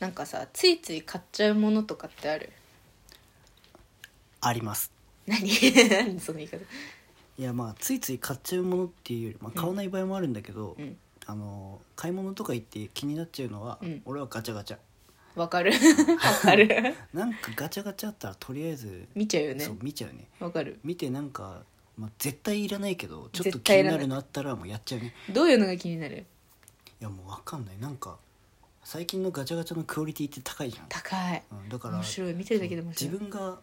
なんかさついつい買っちゃうものとかってある あります何 何その言い方いやまあついつい買っちゃうものっていうより、まあ、買わない場合もあるんだけど、うんあの買い物とか行って気になっちゃうのは、うん俺はガチャガチャわ かるわかるなんかガチャガチャあったらとりあえず、見ちゃうよねそう見ちゃうねわかる見てなんか、まあ、絶対いらないけどちょっと絶気対いにらなないるのあったらもうやっちゃうねどういうのが気になるいやもうわかんないなんか最近のガチャガチャのクオリティって高いじゃん高いうん、だから面白い見てるだけで面白い自分が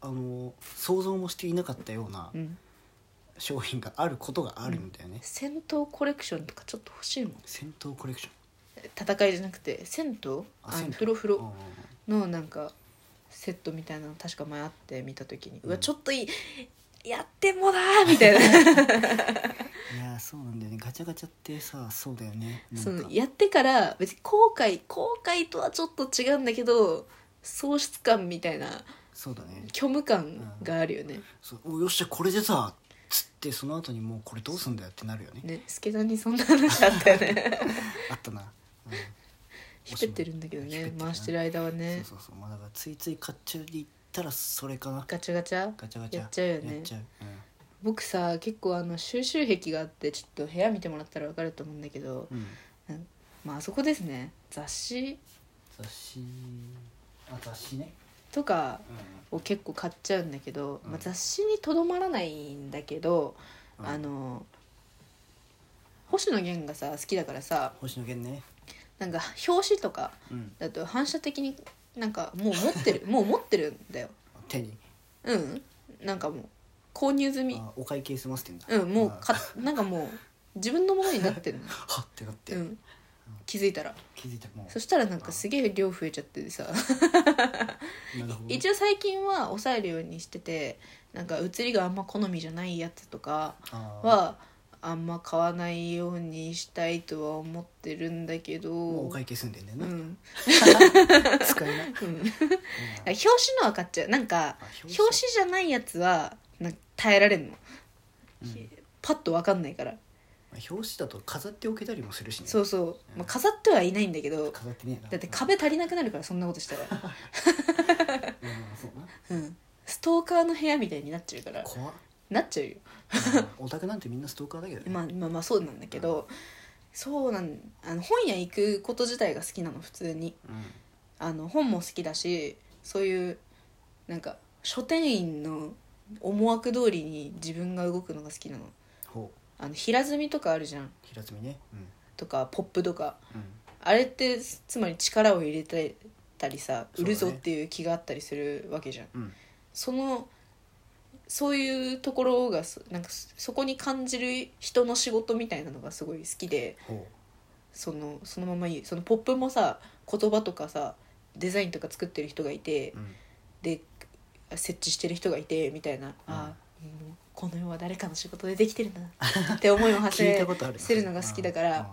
あの想像もしていなかったようなうん、商品があることがあるんだよね、銭湯コレクションとかちょっと欲しいもん戦闘コレクション戦いじゃなくて銭湯あ銭湯風呂風呂うのなんかセットみたいなの確か前あって見た時に、ううわんちょっといいやってもだーみたいなんいやーそうなんだよねガチャガチャってさそうだよねなんそかのやってから別に後悔後悔とはちょっと違うんだけど喪失感みたいなそうだね虚無感があるよね,、そうおよっしゃこれでさつってその後にもうこれどうすんだよってなるよねね助さんにそんな話あったよ ねあったな、うん、ひぺってるんだけどひべねってるな回してる間はねそうそうそうまあだからついつい買っちゃうで言ったらそれかなガチャガチャガチャガチャやっちゃうよねやっちゃう僕さ結構あの収集癖があってちょっと部屋見てもらったら分かると思うんだけど、うん、うん、うんまああそこですね雑誌雑誌あ雑誌ねとかうを結構買っちゃうんだけど、うんまあ、雑誌にとどまらないんだけど、うんあの星野源がさ好きだからさん星野源ねなんか表紙とかうんだと反射的になんかもう持って るもう持ってるんだよ手にうんなんかもう購入済みあお会計済ませてんだうんもうあかなんかもう自分のものになってるのはってな って、うん気づいたら気づいたらもそしたらなんかすげえ量増えちゃっててさうなるほどね一応最近は抑えるようにしててなんか写りがあんま好みじゃないやつとかあーはあんま買わないようにしたいとは思ってるんだけどもうお会計済んでんだような、ん、うん、使えない、うん表紙のは買っちゃうなんかあ表紙じゃないやつはなんか耐えられんの紙、うんパッと分かんないからまあ、表紙だと飾っておけたりもするしねそうそう、まあ、飾ってはいないんだけど飾ってねえなだって壁足りなくなるからそんなことしたら、うんうんそううなん、ストーカーの部屋みたいになっちゃうから怖っなっちゃうよ うんオタクなんてみんなストーカーだけどね、まあまあまあそうなんだけど、そうなんあの本屋行くこと自体が好きなの普通にうんあの本も好きだしそういうなんか書店員の思惑通りに自分が動くのが好きなのほあの平積みとかあるじゃんう平積みねうんとかポップとかうんあれってつまり力を入れてたりさそ売うだねるぞっていう気があったりするわけじゃんうんそのそういうところがそなんかそそこに感じる人の仕事みたいなのがすごい好きでほそのそのまま言うそのポップもさ言葉とかさデザインとか作ってる人がいてう、うん、で設置してる人がいてみたいな、あーもうこの世は誰かの仕事でできてるんだなって思いを馳 聞いせたことあるするのが好きだから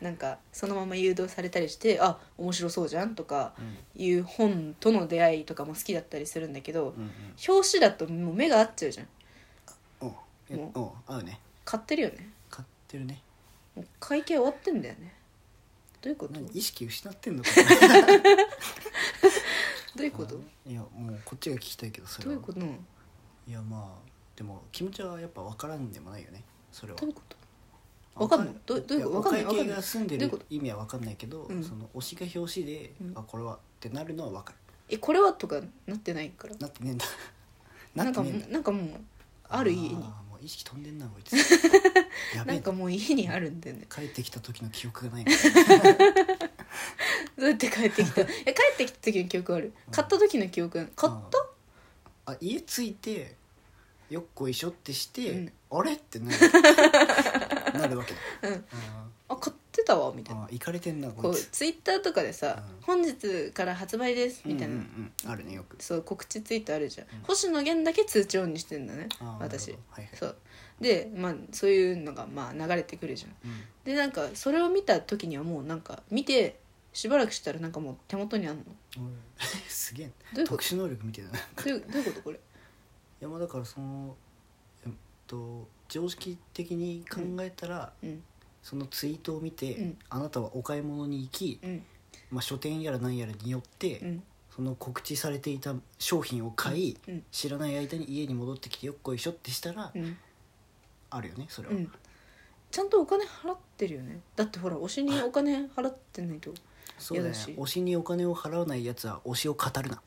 なんかそのまま誘導されたりしてあ面白そうじゃんとかうんいう本との出会いとかも好きだったりするんだけど、うんうん表紙だともう目が合っちゃうじゃんおうえもうおう合うね買ってるよね買ってるねもう会計終わってんだよねどういうことど何う意識失ってんのか ないうこといやもうこっちが聞きたいけどそれどうはいうことどういやまあでも気持ちはやっぱ分からんでもないよねそれはいうことわかんないどどういうことわかんないやお会わか計んながい住んでどういうること意味は分かんないけどうんその推しが表紙で、うんあこれはってなるのは分かるえこれはとかなってないからなってねえんだ ななんっかてもねえんうだなんかもうある家あにーもう意識飛んでんなこ いつやべなえんかもう家にあるんだよね帰ってきた時の記憶がないどうやって帰ってき たえ帰ってきた時の記憶ある買った時の記憶買ったたあ家着いてよっこいしょってして、うんあれってな るなるわけだ、うんああ買ってたわみーたいなあー行かれてんなここいうつツイッターとかでさ「う本日から発売です」みたいうんうなんうんあるねよくそう告知ツイートあるじゃん星野源だけ通知オンにしてんだねあー私なるほどはいはいそうでまあそういうのがまあ流れてくるじゃんうん でなんかそれを見た時にはもうなんか見てしばらくしたらなんかもう手元にあんのうん、すげえどういうこと特殊能力みたいだななんかどういうどういうことこれいやまあだからそのえっと常識的に考えたら、うんそのツイートを見て、うんあなたはお買い物に行き、うんまあ、書店やら何やらによって、うんその告知されていた商品を買い、うん知らない間に家に戻ってきてよっこいしょってしたら、うんあるよねそれは、うんちゃんとお金払ってるよねだってほら推しにお金払ってないとそうだねいやだし推しにお金を払わないやつは推しを語るな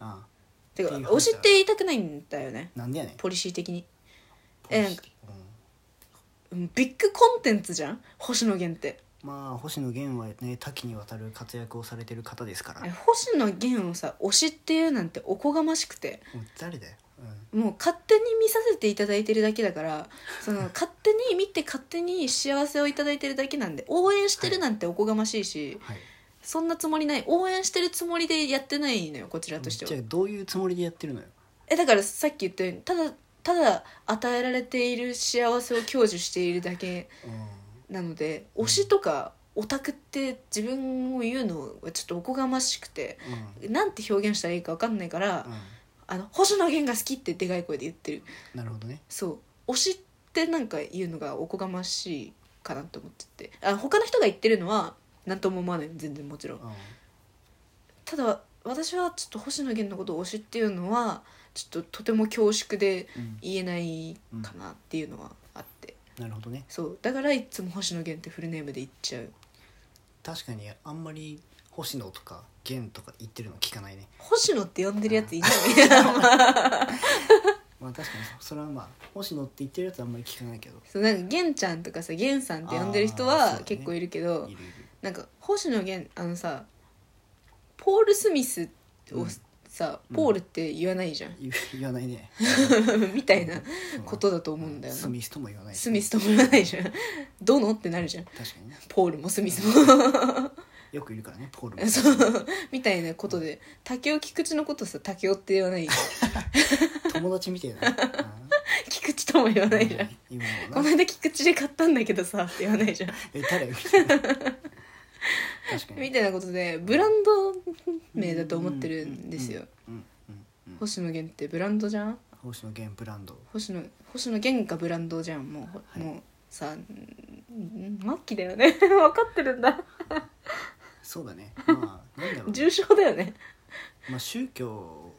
あてかっていう話だ推しって言いたくないんだよねあなんでやねんポリシー的にポえリシー的うんうんビッグコンテンツじゃん星野源ってまあ星野源はね多岐にわたる活躍をされてる方ですからえ星野源をさ推しっていうなんておこがましくてもう誰だよ、うんもう勝手に見させていただいてるだけだからそ の勝手に見て勝手に幸せをいただいてるだけなんで応援してるなんておこがましいし、はい、そんなつもりない応援してるつもりでやってないのよこちらとしてじゃはあどういうつもりでやってるのよえだからさっき言ったようにただただ与えられている幸せを享受しているだけうんなので推しとかオタクって自分を言うのはちょっとおこがましくてうんなんて表現したらいいか分かんないから、うんあの星野源が好きってでかい声で言ってるなるほどねそう推しってなんか言うのがおこがましいかなと思っててあ他の人が言ってるのは何とも思わない全然もちろんうんただ私はちょっと星野源のことを推しっていうのはちょっととても恐縮でうん言えないかなっていうのはあって、なるほどねそうだからいつも星野源ってフルネームで言っちゃう確かにあんまり星野とか源とか言ってるの聞かないね星野って呼んでるやついないまあ確かにそれはまあ星野って言ってるやつはあんまり聞かないけど そうなんか源ちゃんとかさ源さんって呼んでる人あーそうだはね結構いるけど、いるいるなんか星野源あのさポール・スミスをさ、うんポールって言わないじゃん、 言う言わないねみたいなそうことだと思うんだよなスミスとも言わないスミスとも言わないじゃん どのってなるじゃん確かにねポールもスミスもよくいるからねポール もそうみたいなことで竹尾菊池のことさ竹尾って言わないじゃん 友達みたいな菊池とも言わないじゃん今こののな間菊池で買ったんだけどさって言わないじゃんえ 誰みたいな確かみにたいなことでブランド名だと思ってるんですようんうんうん星野源ってブランドじゃん星野源ブランド星野星野源がブランドじゃんもう、ほはいもうさんん末期だよね 分かってるんだそう だねまあなんだろう重症だよねまあ宗教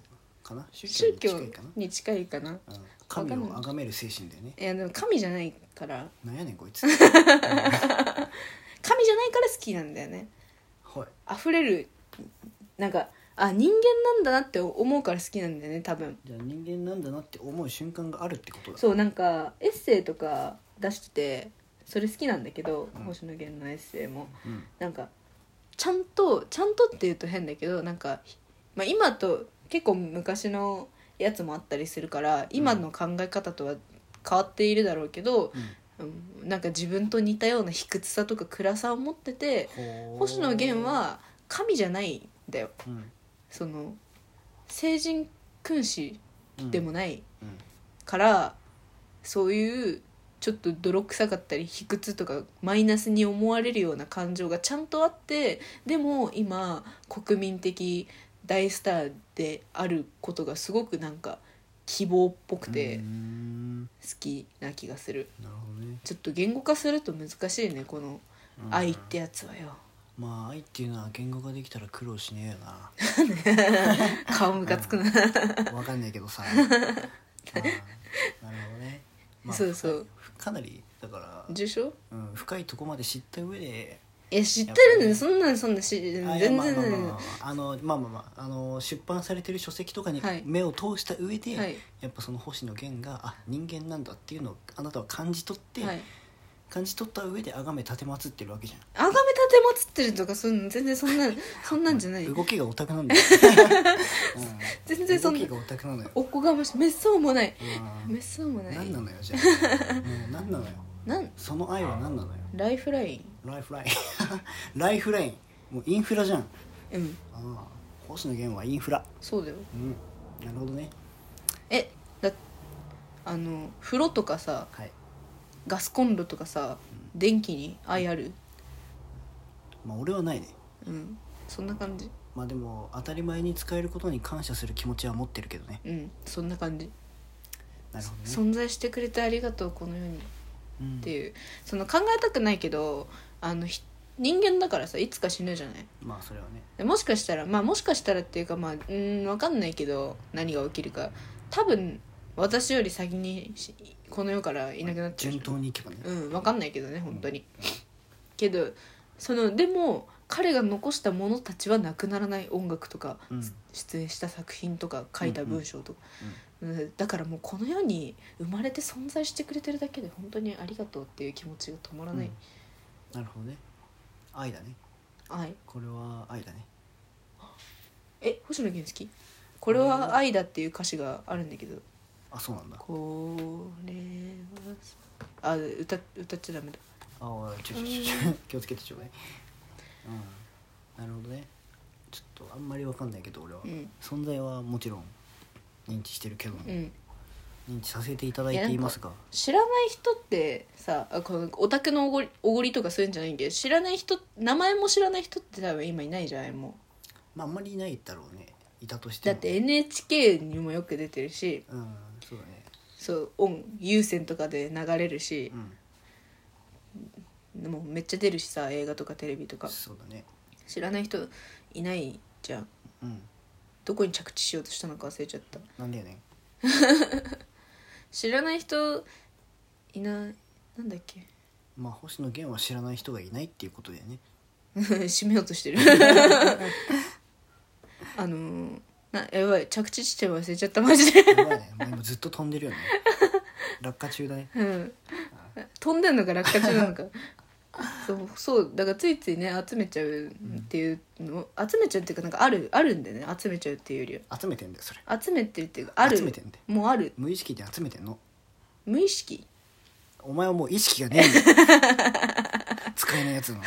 かな宗教宗に教近いかなに近いかなうん神を崇める精神だよねいやでも神じゃないからなんやねんこい つはい神じゃないから好きなんだよね溢れるなんかあ人間なんだなって思うから好きなんだよね多分じゃあ人間なんだなって思う瞬間があるってことだそうなんかエッセイとか出しててそれ好きなんだけど、うん星野源のエッセイもうんなんかちゃんとちゃんとって言うと変だけどなんか、まあ、今と結構昔のやつもあったりするから今の考え方とは変わっているだろうけど、うんうんなんか自分と似たような卑屈さとか暗さを持っててほー星野源は神じゃないんだようんその聖人君子うんでもないうんから、そういうちょっと泥臭かったり卑屈とかマイナスに思われるような感情がちゃんとあってでも今国民的大スターであることがすごくなんか希望っぽくてうー好んきな気がする、なるほどねちょっと言語化すると難しいねこのうん愛ってやつはよ、まあ愛っていうのは言語ができたら苦労しね顔ムカつくな、えよなわかんないけ どさ、まあなるほどね、まあ、そうそうかなりだから、 受賞うん、深いとこまで知った上でいや知ってるねそんなんそんなん知全あいや然まあまあ全まあ然まああのまあまあまああの出版されてる書籍とかにはい目を通した上で、はいやっぱその星野源があ人間なんだっていうのをあなたは感じ取って、はい感じ取った上で崇め立てまつってるわけじゃんあがめたて祭ってるとかそういうの全然そんなそんなんじゃない動きがオタクなんだ よ、うん全然そんな動きがオタクなのよ、おこがましいめっそうもないうんめっそうもない何なのよじゃあもう何なのよなんその愛は何なのよライフラインライフラインライフライン もうインフラじゃんあうんあ星野源はインフラそうだようんなるほどねえだあの風呂とかさはいガスコンロとかさ電気に愛あるまあ俺はないねうんそんな感じまあでも当たり前に使えることに感謝する気持ちは持ってるけどねうんそんな感じなるほどね存在してくれてありがとうこの世にうんっていうその考えたくないけどあのひ人間だからさいつか死ぬじゃないまあそれはねでもしかしたらまあもしかしたらっていうかまあうーん分かんないけど何が起きるか多分私より先にしこの世からいなくなっちゃう順当にいけばね、うん分かんないけどね本当に、けどそのでも彼が残したものたちはなくならない音楽とか、うん出演した作品とか書いた文章とか、ううんだからもうこの世に生まれて存在してくれてるだけで本当にありがとうっていう気持ちが止まらない、うんなるほどね愛だね愛これは愛だねえ星野源好きこれは愛だっていう歌詞があるんだけどあそうなんだこれはあ歌歌っちゃダメだあおいちょちょちょちょ気をつけてちょうだいうんなるほどねちょっとあんまりわかんないけど俺は、うん存在はもちろん認知してるけども、うん認知させていただいていますが知らない人ってさあこのオタクのおごりおごりとかするんじゃないんだけど知らない人名前も知らない人って多分今いないじゃないもまああんまりいないだろうねいたとしうてだもって NHK にもよく出てるしうんそうだねそうオン有線とかで流れるしう、んもうめっちゃ出るしさ映画とかテレビとかそうだね知らない人いないじゃんうんどこに着地しようとしたのか忘れちゃったなんだよね知らない人いないなんだっけまあ星野源は知らない人がいないっていうことだよ ね 締めようとしてるあのーなやばい着地地点忘れちゃったマジで やばいねもう今ずっと飛ん でるよね落下中だねうん飛んでんのか落下中なのかそうそうだからついついね集めちゃうっていうの、集めちゃうっていうかなんかあるあるんでね集めちゃうっていうよりは集めてんだよそれ集めてるっていうかある集めてんだよもうある無意識で集めてんの無意識 お前はもう意識がねえんだよ使えないやつなの